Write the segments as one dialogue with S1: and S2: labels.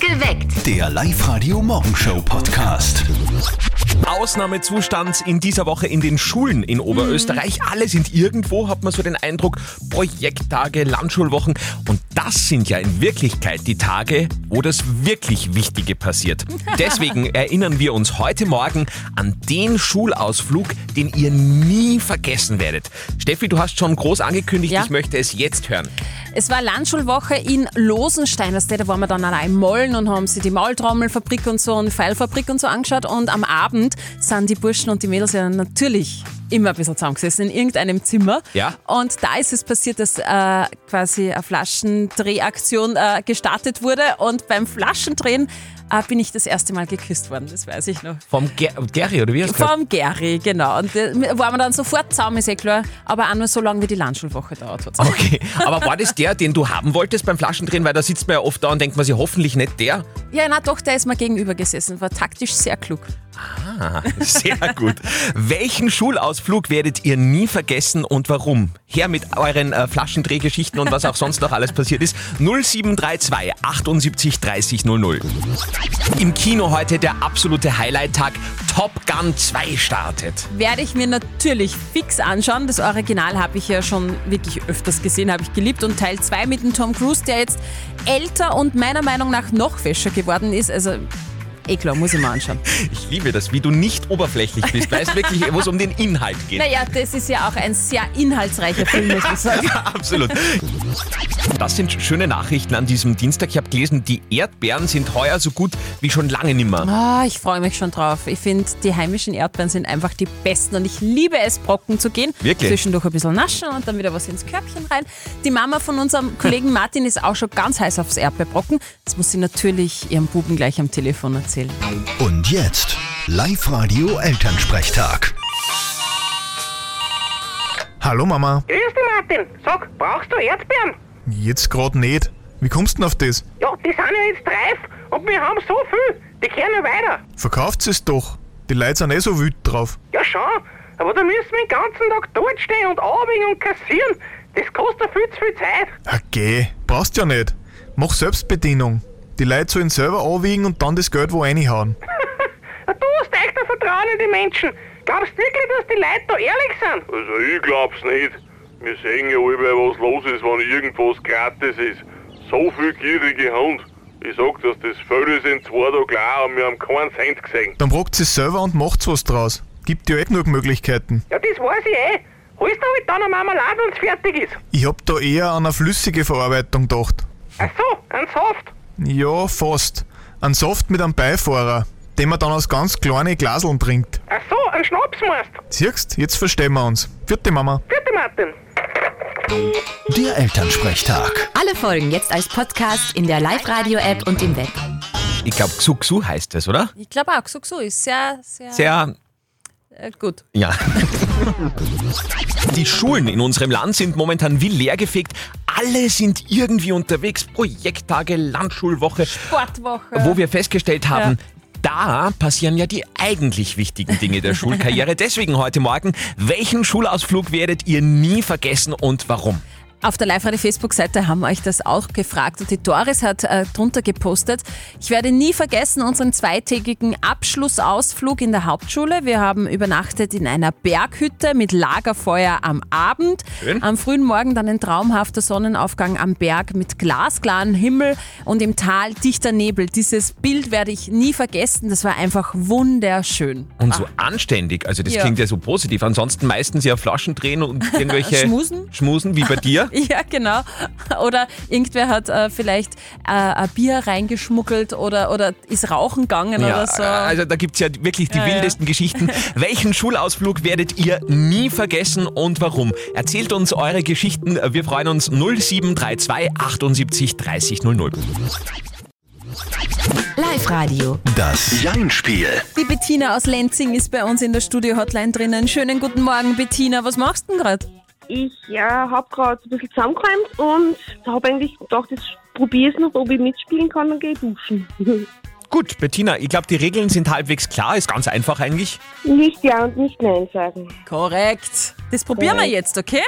S1: Geweckt.
S2: Der Live-Radio-Morgenshow-Podcast.
S3: Ausnahmezustand in dieser Woche in den Schulen in Oberösterreich.
S4: Mhm.
S3: Alle sind irgendwo, hat man so den Eindruck. Projekttage, Landschulwochen. Und das sind ja in Wirklichkeit die Tage, wo das wirklich Wichtige passiert. Deswegen erinnern wir uns heute Morgen an den Schulausflug, den ihr nie vergessen werdet. Steffi, du hast schon groß angekündigt,
S4: Ja.
S3: ich möchte es jetzt hören.
S4: Es war Landschulwoche in Losenstein. Weißt du, Da waren wir dann allein mollen und haben sie die Maultrommelfabrik und so und Pfeilfabrik und so angeschaut. Und am Abend sind die Burschen und die Mädels ja natürlich immer ein bisschen zusammengesessen in irgendeinem Zimmer.
S3: Ja.
S4: Und da ist es passiert, dass äh, quasi eine Flaschendrehaktion äh, gestartet wurde. Und beim Flaschendrehen äh, bin ich das erste Mal geküsst worden, das weiß ich noch.
S3: Vom Ger Gary, oder wie hast du gesagt?
S4: Vom Gary, genau. Und äh, waren wir dann sofort zusammen, ist eh klar. Aber auch nur so lange, wie die Landschulwoche dauert. sozusagen.
S3: Okay, aber war das der, den du haben wolltest beim Flaschendrehen? Weil da sitzt man ja oft da und denkt man sich, hoffentlich nicht der.
S4: Ja, na doch, der ist mal gegenüber gesessen, war taktisch sehr klug.
S3: Sehr gut. Welchen Schulausflug werdet ihr nie vergessen und warum? Her mit euren äh, Flaschendrehgeschichten und was auch sonst noch alles passiert ist. 0732 78 30 00. Im Kino heute der absolute Highlight-Tag. Top Gun 2 startet.
S4: Werde ich mir natürlich fix anschauen. Das Original habe ich ja schon wirklich öfters gesehen, habe ich geliebt. Und Teil 2 mit dem Tom Cruise, der jetzt älter und meiner Meinung nach noch fescher geworden ist. Also, eh klar, muss ich mal anschauen.
S3: Ich liebe das, wie du nicht oberflächlich bist, weil es wirklich wo es um den Inhalt geht.
S4: Naja, das ist ja auch ein sehr inhaltsreicher Film, muss ich sagen.
S3: Absolut. Das sind schöne Nachrichten an diesem Dienstag. Ich habe gelesen, die Erdbeeren sind heuer so gut wie schon lange nimmer.
S4: Ah, ich freue mich schon drauf. Ich finde, die heimischen Erdbeeren sind einfach die besten und ich liebe es, Brocken zu gehen.
S3: Wirklich?
S4: Zwischendurch ein bisschen naschen und dann wieder was ins Körbchen rein. Die Mama von
S3: Hm.
S4: unserem Kollegen Martin ist auch schon ganz heiß aufs Erdbeerbrocken. Das muss sie natürlich ihrem Buben gleich am Telefon erzählen.
S2: Und jetzt Live-Radio Elternsprechtag.
S5: Hallo Mama,
S6: Grüß dich, Martin. Sag, brauchst du Erdbeeren?
S5: jetzt grad nicht. Wie kommst denn auf das?
S6: Ja, die sind ja jetzt reif und wir haben so viel. Die kehren ja weiter.
S5: Verkauft es doch. Die Leute sind eh so wütend drauf.
S6: Ja, schon. Aber da müssen wir den ganzen Tag dort stehen und arbeiten und kassieren. Das kostet viel zu viel Zeit.
S5: Ah, geh, brauchst ja nicht. Mach Selbstbedienung. Die Leute sollen selber anwiegen und dann das Geld wo reinhauen.
S6: Du hast echt ein Vertrauen in die Menschen. Glaubst du wirklich, dass die Leute da ehrlich sind?
S7: Also ich glaub's nicht. Wir sehen ja alle, was los ist, wenn irgendwas gratis ist. So viel gierige Hund. Ich sag, dass das Vögel sind zwei Tage klar und wir haben keinen Cent gesehen.
S5: Dann brockt sie selber und macht's was draus. Gibt ja eh genug Möglichkeiten.
S6: Ja, das weiß ich eh. Holst du halt dann eine Marmelade, wenn's fertig ist.
S5: Ich hab da eher an eine flüssige Verarbeitung gedacht.
S6: Ach so, ein Saft.
S5: Ja, fast. Ein Saft mit einem Beifahrer, den man dann aus ganz kleinen Glaseln trinkt.
S6: Ach so, ein Schnaps meinst.
S5: Siehst, jetzt verstehen wir uns. Vierte Mama.
S6: Vierte Martin.
S2: Der Elternsprechtag.
S8: Alle Folgen jetzt als Podcast in der Live-Radio-App und im Web.
S3: Ich glaube, Xuxu heißt es, oder?
S4: Ich glaube auch, Xuxu ist sehr, sehr,
S3: Sehr
S4: äh, gut.
S3: Ja. Die Schulen in unserem Land sind momentan wie leergefegt. Alle sind irgendwie unterwegs. Projekttage, Landschulwoche,
S4: Sportwoche.
S3: wo wir festgestellt haben, da passieren ja die eigentlich wichtigen Dinge der Schulkarriere. Deswegen heute Morgen, welchen Schulausflug werdet ihr nie vergessen und warum?
S4: Auf der Live-Radio-Facebook-Seite haben wir euch das auch gefragt und die Doris hat äh, drunter gepostet. Ich werde nie vergessen unseren zweitägigen Abschlussausflug in der Hauptschule. Wir haben übernachtet in einer Berghütte mit Lagerfeuer am Abend.
S3: Schön.
S4: Am frühen Morgen dann ein traumhafter Sonnenaufgang am Berg mit glasklarem Himmel und im Tal dichter Nebel. Dieses Bild werde ich nie vergessen. Das war einfach wunderschön.
S3: Und so anständig, also das
S4: Ah. Ja.
S3: klingt ja so positiv. Ansonsten meistens ja Flaschen drehen und irgendwelche
S4: Schmusen?
S3: Schmusen wie bei dir.
S4: Ja, genau. Oder irgendwer hat äh, vielleicht äh, ein Bier reingeschmuggelt oder, oder ist rauchen gegangen oder so.
S3: Also da gibt es ja wirklich die wildesten Geschichten. Welchen Schulausflug werdet ihr nie vergessen und warum? Erzählt uns eure Geschichten. Wir freuen uns 0732 78 30 00.
S8: Live-Radio.
S2: Das Jein-Spiel.
S4: Die Bettina aus Lenzing ist bei uns in der Studio-Hotline drinnen. Schönen guten Morgen, Bettina. Was machst du denn gerade?
S9: Ich ja, habe gerade ein bisschen zusammengeräumt und habe eigentlich gedacht, jetzt probiere es noch, ob ich mitspielen kann, dann gehe ich duschen.
S3: Gut, Bettina, ich glaube, die Regeln sind halbwegs klar. Ist ganz einfach eigentlich.
S9: nicht Ja und nicht Nein sagen.
S4: Korrekt. Das probieren wir jetzt, okay?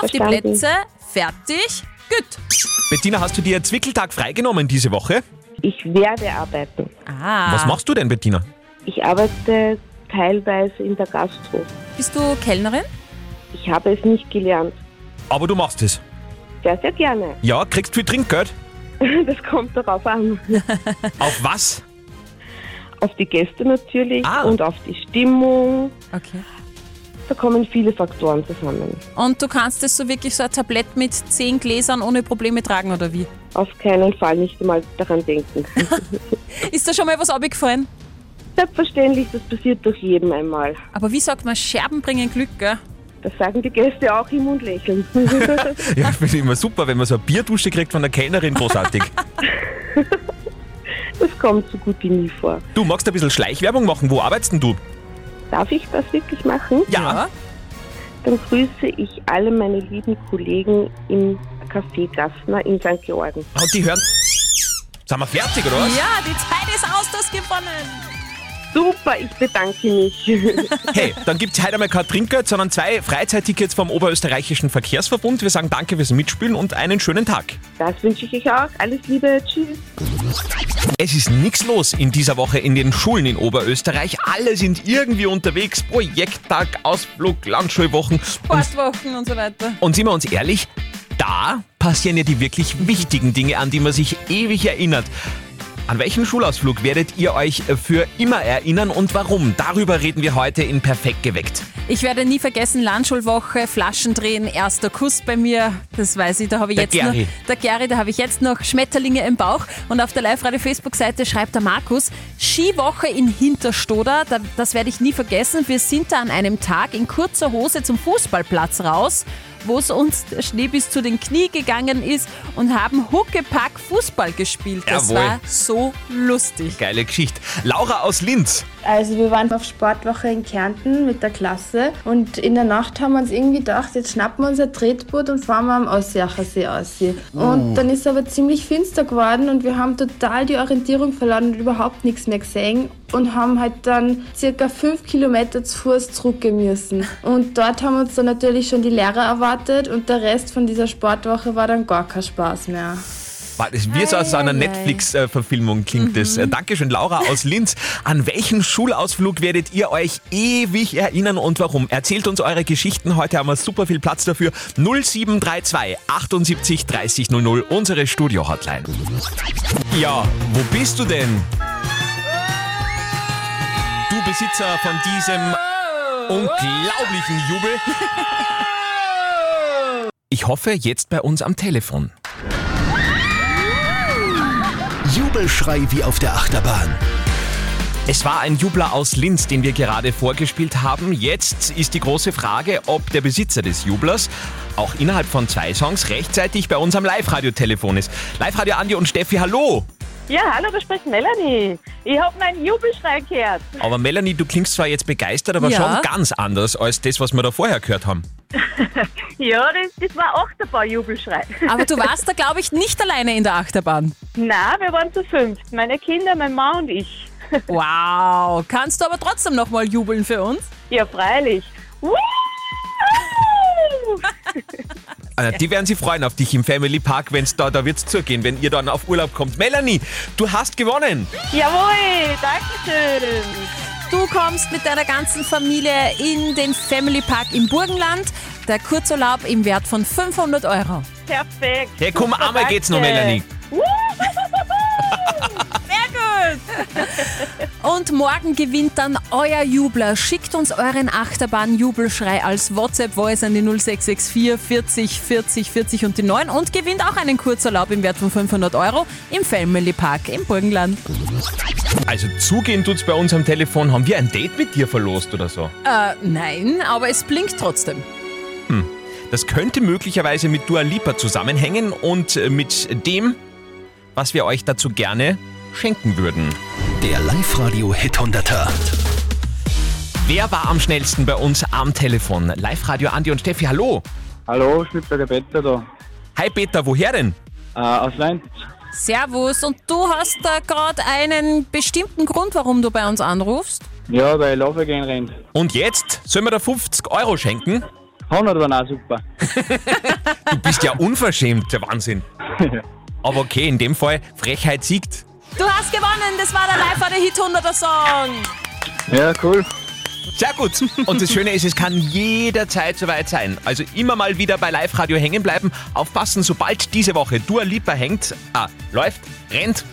S4: Auf die
S9: Verstanden.
S4: Plätze. Fertig. Gut.
S3: Bettina, hast du dir Zwickeltag freigenommen diese Woche?
S9: Ich werde arbeiten.
S4: Ah.
S3: Was machst du denn, Bettina?
S9: Ich arbeite teilweise in der Gastro.
S4: Bist du Kellnerin?
S9: Ich habe es nicht gelernt.
S3: Aber du machst es.
S9: Sehr, sehr gerne.
S3: Ja, kriegst viel Trinkgeld.
S9: Das kommt darauf an.
S3: Auf was?
S9: Auf die Gäste natürlich
S3: Ah.
S9: und auf die Stimmung.
S4: Okay.
S9: Da kommen viele Faktoren zusammen.
S4: Und du kannst das so wirklich so ein Tablett mit zehn Gläsern ohne Probleme tragen, oder wie?
S9: Auf keinen Fall nicht einmal daran denken.
S4: Ist da schon mal was abgefallen?
S9: Selbstverständlich, das passiert doch jedem einmal.
S4: Aber wie sagt man, Scherben bringen Glück, gell?
S9: Das sagen die Gäste auch immer und lächeln.
S3: Ja, ich finde immer super, wenn man so eine Bierdusche kriegt von der Kellnerin, großartig.
S9: Das kommt so gut wie nie vor.
S3: Du magst ein bisschen Schleichwerbung machen. Wo arbeitest denn du?
S9: Darf ich das wirklich machen?
S3: Ja.
S9: Dann grüße ich alle meine lieben Kollegen im Café Gassner in St. Georgen.
S3: Und die hören. Sind wir fertig, oder was?
S4: Ja, die Zeit ist aus, das gewonnen.
S9: Super, ich bedanke mich.
S3: Hey, dann gibt's heute einmal kein Trinkgeld, sondern zwei Freizeittickets vom Oberösterreichischen Verkehrsverbund. Wir sagen danke fürs Mitspielen und einen schönen Tag.
S9: Das wünsche ich euch auch. Alles Liebe. Tschüss.
S3: Es ist nichts los in dieser Woche in den Schulen in Oberösterreich. Alle sind irgendwie unterwegs. Projekttag, Ausflug, Landschulwochen. Und,
S4: Sportwochen und so weiter.
S3: und sind wir uns ehrlich, da passieren ja die wirklich wichtigen Dinge, an die man sich ewig erinnert. An welchen Schulausflug werdet ihr euch für immer erinnern und warum? Darüber reden wir heute in Perfekt geweckt.
S4: Ich werde nie vergessen, Landschulwoche, Flaschen drehen, erster Kuss bei mir, das weiß ich, da habe ich
S3: Der
S4: jetzt
S3: Gary.
S4: noch, der Gary, da habe ich jetzt noch Schmetterlinge im Bauch und auf der Live-Radio-Facebook-Seite schreibt der Markus, Skiwoche in Hinterstoder, da, das werde ich nie vergessen, wir sind da an einem Tag in kurzer Hose zum Fußballplatz raus, wo es uns der Schnee bis zu den Knie gegangen ist und haben Huckepack Fußball gespielt. Das
S3: Jawohl.
S4: war so lustig.
S3: Geile Geschichte. Laura aus Linz.
S1: Also wir waren auf Sportwoche in Kärnten mit der Klasse und in der Nacht haben wir uns irgendwie gedacht, jetzt schnappen wir unser Tretboot und fahren wir am Ossiachersee aus. Und dann ist aber ziemlich finster geworden und wir haben total die Orientierung verloren und überhaupt nichts mehr gesehen und haben halt dann circa fünf Kilometer zu Fuß zurückgehen müssen. Und dort haben uns dann natürlich schon die Lehrer erwartet und der Rest von dieser Sportwoche war dann gar kein Spaß mehr.
S3: War das Wie so aus einer Netflix-Verfilmung klingt das. Äh, Dankeschön, Laura aus Linz. An welchen Schulausflug werdet ihr euch ewig erinnern und warum? Erzählt uns eure Geschichten. Heute haben wir super viel Platz dafür. 0732 78 30 00, unsere Studio-Hotline. Ja, wo bist du denn? Du Besitzer von diesem unglaublichen Jubel. Ich hoffe, jetzt bei uns am Telefon.
S2: Jubelschrei wie auf der Achterbahn.
S3: Es war ein Jubler aus Linz, den wir gerade vorgespielt haben. Jetzt ist die große Frage, ob der Besitzer des Jublers auch innerhalb von zwei Songs rechtzeitig bei uns am Live-Radio-Telefon ist. Live-Radio Andi und Steffi, hallo!
S9: Ja, hallo, da spricht Melanie. Ich habe meinen Jubelschrei gehört.
S3: Aber Melanie, du klingst zwar jetzt begeistert, aber
S4: Ja.
S3: schon ganz anders als das, was wir da vorher gehört haben.
S9: Ja, das, das war auch der Jubelschrei.
S4: Aber du warst da, glaube ich, nicht alleine in der Achterbahn.
S9: Na, wir waren zu fünft. Meine Kinder, mein Mann und ich.
S4: Wow, kannst du aber trotzdem nochmal jubeln für uns?
S9: Ja, freilich.
S3: Äh, Die werden sich freuen auf dich im Family Park, wenn's da, da wird's zugehen, wenn ihr dann auf Urlaub kommt. Melanie, du hast gewonnen!
S9: Jawohl, Dankeschön.
S4: Du kommst mit deiner ganzen Familie in den Family Park im Burgenland. Der Kurzurlaub im Wert von 500 Euro.
S9: Perfekt.
S3: Hey, komm,
S9: Super,
S3: einmal
S9: danke.
S3: geht's noch, Melanie.
S4: Sehr gut! Und morgen gewinnt dann euer Jubler. Schickt uns euren Achterbahn-Jubelschrei als WhatsApp-Voice an die 0664 40 40 40 und die 9 und gewinnt auch einen Kurzurlaub im Wert von 500 Euro im Family Park im Burgenland.
S3: Also zugehen tut's bei uns am Telefon. Haben wir ein Date mit dir verlost oder so?
S4: Äh, nein, aber es blinkt trotzdem.
S3: Das könnte möglicherweise mit Dua Lipa zusammenhängen und äh, mit dem, was wir euch dazu gerne schenken würden.
S2: Der Live-Radio Hit 100er.
S3: Wer war am schnellsten bei uns am Telefon? Live-Radio Andi und Steffi, hallo.
S10: Hallo, Schnittberger Peter da.
S3: Hi Peter, woher denn?
S10: Äh, aus Lein.
S4: Servus, und du hast da gerade einen bestimmten Grund, warum du bei uns anrufst?
S10: Ja, weil Laufe gehen rennt.
S3: Und jetzt sollen wir da 50 Euro schenken?
S10: 100 waren auch super.
S3: Du bist ja unverschämt, der Wahnsinn. Aber okay, in dem Fall, Frechheit siegt.
S4: Du hast gewonnen, das war der Live Radio Hit 100er Song.
S10: Ja, cool.
S3: Sehr gut. Und das Schöne ist, es kann jederzeit soweit sein. Also immer mal wieder bei Live-Radio hängen bleiben. Aufpassen, sobald diese Woche Dua Lipa hängt, ah, läuft, rennt.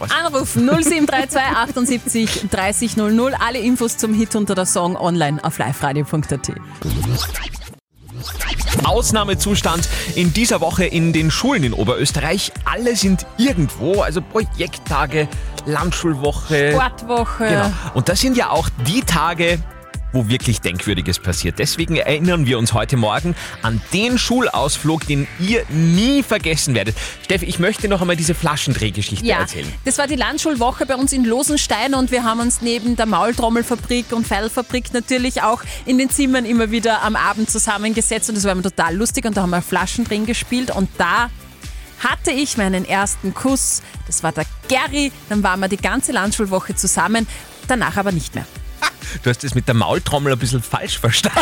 S3: Was?
S4: Anruf 0732 78 3000. Alle Infos zum Hit unter der Song online auf liveradio.at.
S3: Ausnahmezustand in dieser Woche in den Schulen in Oberösterreich. Alle sind irgendwo, also Projekttage, Landschulwoche.
S4: Sportwoche.
S3: Genau. Und das sind ja auch die Tage, wo wirklich Denkwürdiges passiert. Deswegen erinnern wir uns heute Morgen an den Schulausflug, den ihr nie vergessen werdet. Steffi, ich möchte noch einmal diese Flaschendrehgeschichte
S4: Ja,
S3: erzählen.
S4: das war die Landschulwoche bei uns in Losenstein und wir haben uns neben der Maultrommelfabrik und Pfeilfabrik natürlich auch in den Zimmern immer wieder am Abend zusammengesetzt und das war immer total lustig und da haben wir Flaschen drin gespielt und da hatte ich meinen ersten Kuss. Das war der Gary, dann waren wir die ganze Landschulwoche zusammen, danach aber nicht mehr.
S3: Du hast das mit der Maultrommel ein bisschen falsch verstanden.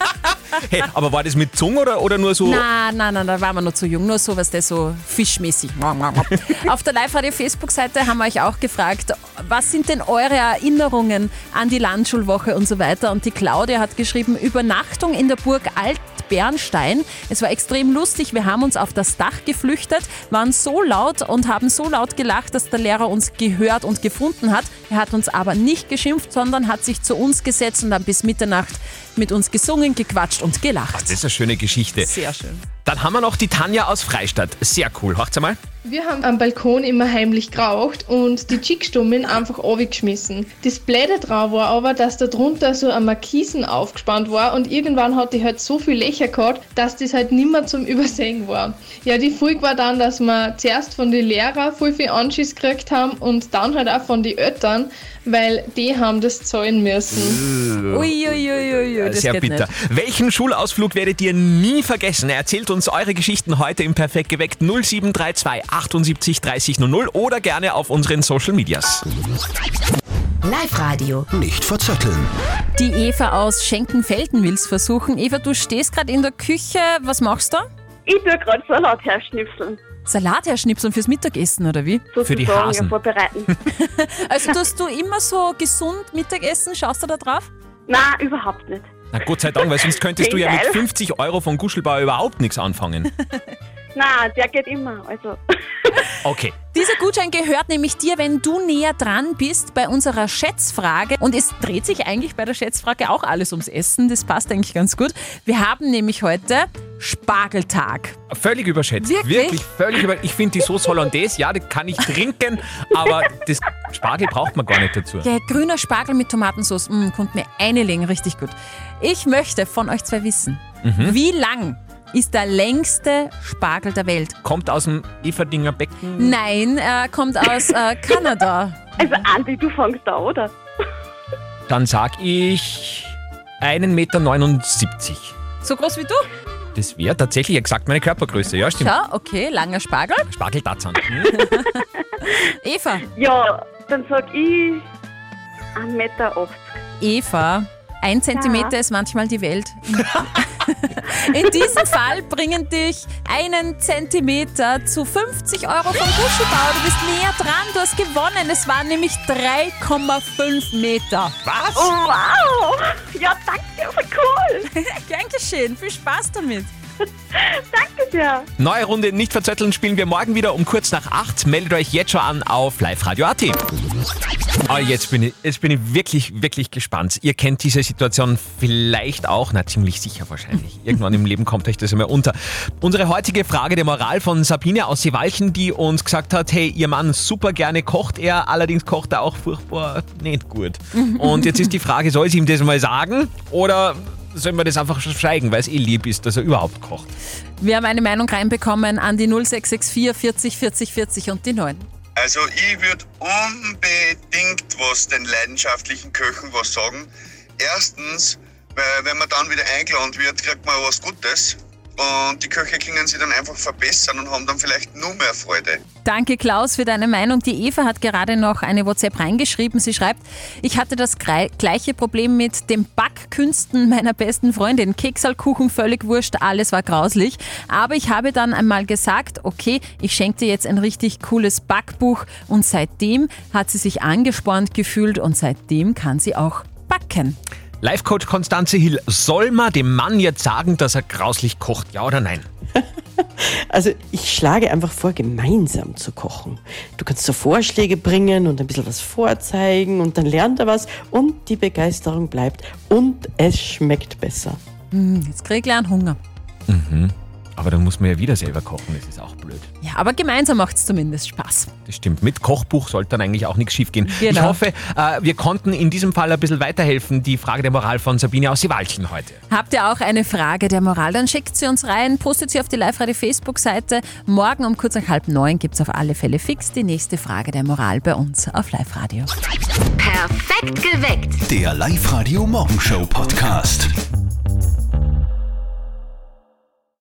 S3: hey, aber war das mit Zunge oder, oder nur so?
S4: Nein, nein, nein, da waren wir noch zu jung, nur so was der so fischmäßig. Auf der Live-Radio-Facebook-Seite haben wir euch auch gefragt, was sind denn eure Erinnerungen an die Landschulwoche und so weiter? Und die Claudia hat geschrieben, Übernachtung in der Burg Altbernstein. Es war extrem lustig, wir haben uns auf das Dach geflüchtet, waren so laut und haben so laut gelacht, dass der Lehrer uns gehört und gefunden hat. Er hat uns aber nicht geschimpft, sondern hat sich zu uns gesetzt und dann bis Mitternacht mit uns gesungen, gequatscht und gelacht.
S3: Das ist eine schöne Geschichte.
S4: Sehr schön.
S3: Dann haben wir noch die Tanja aus Freistadt. Sehr cool. Hört's einmal.
S11: Wir haben am Balkon immer heimlich geraucht und die Chickstummen einfach runtergeschmissen. Das Blöde drauf war aber, dass da drunter so ein Markisen aufgespannt war und irgendwann hat die halt so viel Löcher gehabt, dass das halt nimmer zum Übersehen war. Ja, die Folge war dann, dass wir zuerst von den Lehrern viel, viel Anschiss gekriegt haben und dann halt auch von den Eltern, weil die haben das zahlen müssen.
S4: Uiuiuiui, das
S3: Sehr
S4: geht
S3: bitter.
S4: nicht.
S3: Welchen Schulausflug werdet ihr nie vergessen? Erzählt uns eure Geschichten heute im Perfekt geweckt 0732 78 30 00 oder gerne auf unseren Social Medias.
S8: Live-Radio.
S2: Nicht verzetteln.
S4: Die Eva aus Schenkenfelden will's versuchen. Eva, du stehst gerade in der Küche. Was machst du?
S12: Ich tue gerade Salat herschnipseln.
S4: Salat herschnipseln fürs Mittagessen oder wie?
S12: sozusagen, Ja, vorbereiten.
S4: Also tust du immer so gesund Mittagessen? Schaust du da drauf?
S12: Nein, überhaupt nicht.
S3: Na Gott sei Dank, weil sonst könntest du ja mit
S12: Geil.
S3: 50 Euro von Guschelbauer überhaupt nichts anfangen.
S12: Nein, der geht immer. Also,
S3: Okay.
S4: Dieser Gutschein gehört nämlich dir, wenn du näher dran bist bei unserer Schätzfrage. Und es dreht sich eigentlich bei der Schätzfrage auch alles ums Essen. Das passt eigentlich ganz gut. Wir haben nämlich heute Spargeltag.
S3: Völlig überschätzt.
S4: Wirklich?
S3: völlig überschätzt. Ich finde die Sauce Hollandaise, ja, die kann ich trinken, aber das Spargel braucht man gar nicht dazu.
S4: Ja, grüner Spargel mit Tomatensauce, mh, kommt mir eine legen, richtig gut. Ich möchte von euch zwei wissen, wie lang ist der längste Spargel der Welt?
S3: Kommt aus dem Everdinger Becken.
S4: Nein, er kommt aus äh, Kanada.
S12: also Andi, du fängst da, oder?
S3: Dann sag ich 1,79 Meter.
S4: So groß wie du?
S3: Das wäre tatsächlich exakt meine Körpergröße, ja, stimmt.
S4: Ja, okay, langer Spargel.
S3: Spargeltatzan.
S4: Eva,
S12: Ja, dann sag ich 1,80 Meter.
S4: Eva, ein Zentimeter
S12: Ja.
S4: ist manchmal die Welt. In diesem Fall bringen dich einen Zentimeter zu 50 Euro von Guschelbauer. Du bist näher dran, du hast gewonnen. Es waren nämlich 3,5 Meter.
S3: Was?
S12: Oh, wow! Ja, danke, voll cool!
S4: Gern geschehen. Viel Spaß damit.
S12: Danke sehr!
S3: Neue Runde nicht verzötteln spielen wir morgen wieder um kurz nach 8. Meldet euch jetzt schon an auf liveradio.at. Oh, jetzt bin ich, jetzt bin ich wirklich, wirklich gespannt. Ihr kennt diese Situation vielleicht auch, na ziemlich sicher wahrscheinlich. Irgendwann im Leben kommt euch das einmal unter. Unsere heutige Frage der Moral von Sabine aus Seewalchen, die uns gesagt hat, hey, ihr Mann super gerne kocht er, allerdings kocht er auch furchtbar nicht gut. Und jetzt ist die Frage, soll sie ihm das mal sagen oder soll man das einfach schweigen, weil es eh lieb ist, dass er überhaupt kocht?
S4: Wir haben eine Meinung reinbekommen an die 0664 40 40 40 und die 9.
S13: Also ich würde unbedingt was den leidenschaftlichen Köchen was sagen. Erstens, weil wenn man dann wieder eingeladen wird, kriegt man was Gutes.
S11: Und die Köche können sie dann einfach verbessern und haben dann vielleicht nur mehr Freude.
S4: Danke Klaus für deine Meinung. Die Eva hat gerade noch eine WhatsApp reingeschrieben. Sie schreibt, ich hatte das grei- gleiche Problem mit den Backkünsten meiner besten Freundin. Keksalkuchen, völlig wurscht, alles war grauslich. Aber ich habe dann einmal gesagt, okay, ich schenke dir jetzt ein richtig cooles Backbuch. Und seitdem hat sie sich angespornt gefühlt und seitdem kann sie auch backen.
S3: Life-Coach Konstanze Hill, soll man dem Mann jetzt sagen, dass er grauslich kocht, ja oder nein?
S6: Also ich schlage einfach vor, gemeinsam zu kochen. Du kannst so Vorschläge bringen und ein bisschen was vorzeigen und dann lernt er was und die Begeisterung bleibt und es schmeckt besser.
S4: Hm, jetzt krieg ich einen Hunger.
S3: Mhm. Aber dann muss man ja wieder selber kochen, das ist auch blöd.
S4: Ja, aber gemeinsam macht es zumindest Spaß.
S3: Das stimmt. Mit Kochbuch sollte dann eigentlich auch nichts schiefgehen. Ich
S4: Genau.
S3: hoffe, äh, wir konnten in diesem Fall ein bisschen weiterhelfen. Die Frage der Moral von Sabine aus Siewalchen heute.
S4: Habt ihr auch eine Frage der Moral? Dann schickt sie uns rein, postet sie auf die Live-Radio-Facebook-Seite. Morgen um kurz nach halb neun gibt es auf alle Fälle fix die nächste Frage der Moral bei uns auf Live-Radio.
S8: Perfekt geweckt.
S2: Der Live-Radio Morgenshow Podcast.